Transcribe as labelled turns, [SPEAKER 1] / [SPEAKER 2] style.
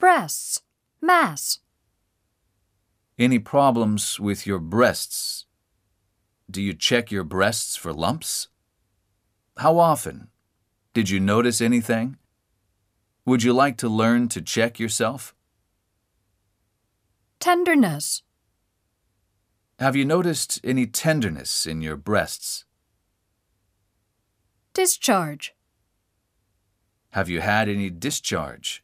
[SPEAKER 1] breasts, mass.
[SPEAKER 2] Any problems with your breasts? Do you check your breasts for lumps? How often? Did you notice anything? Would you like to learn to check yourself?
[SPEAKER 1] Tenderness,
[SPEAKER 2] Have you noticed any tenderness in your breasts?
[SPEAKER 1] discharge,
[SPEAKER 2] Have you had any discharge?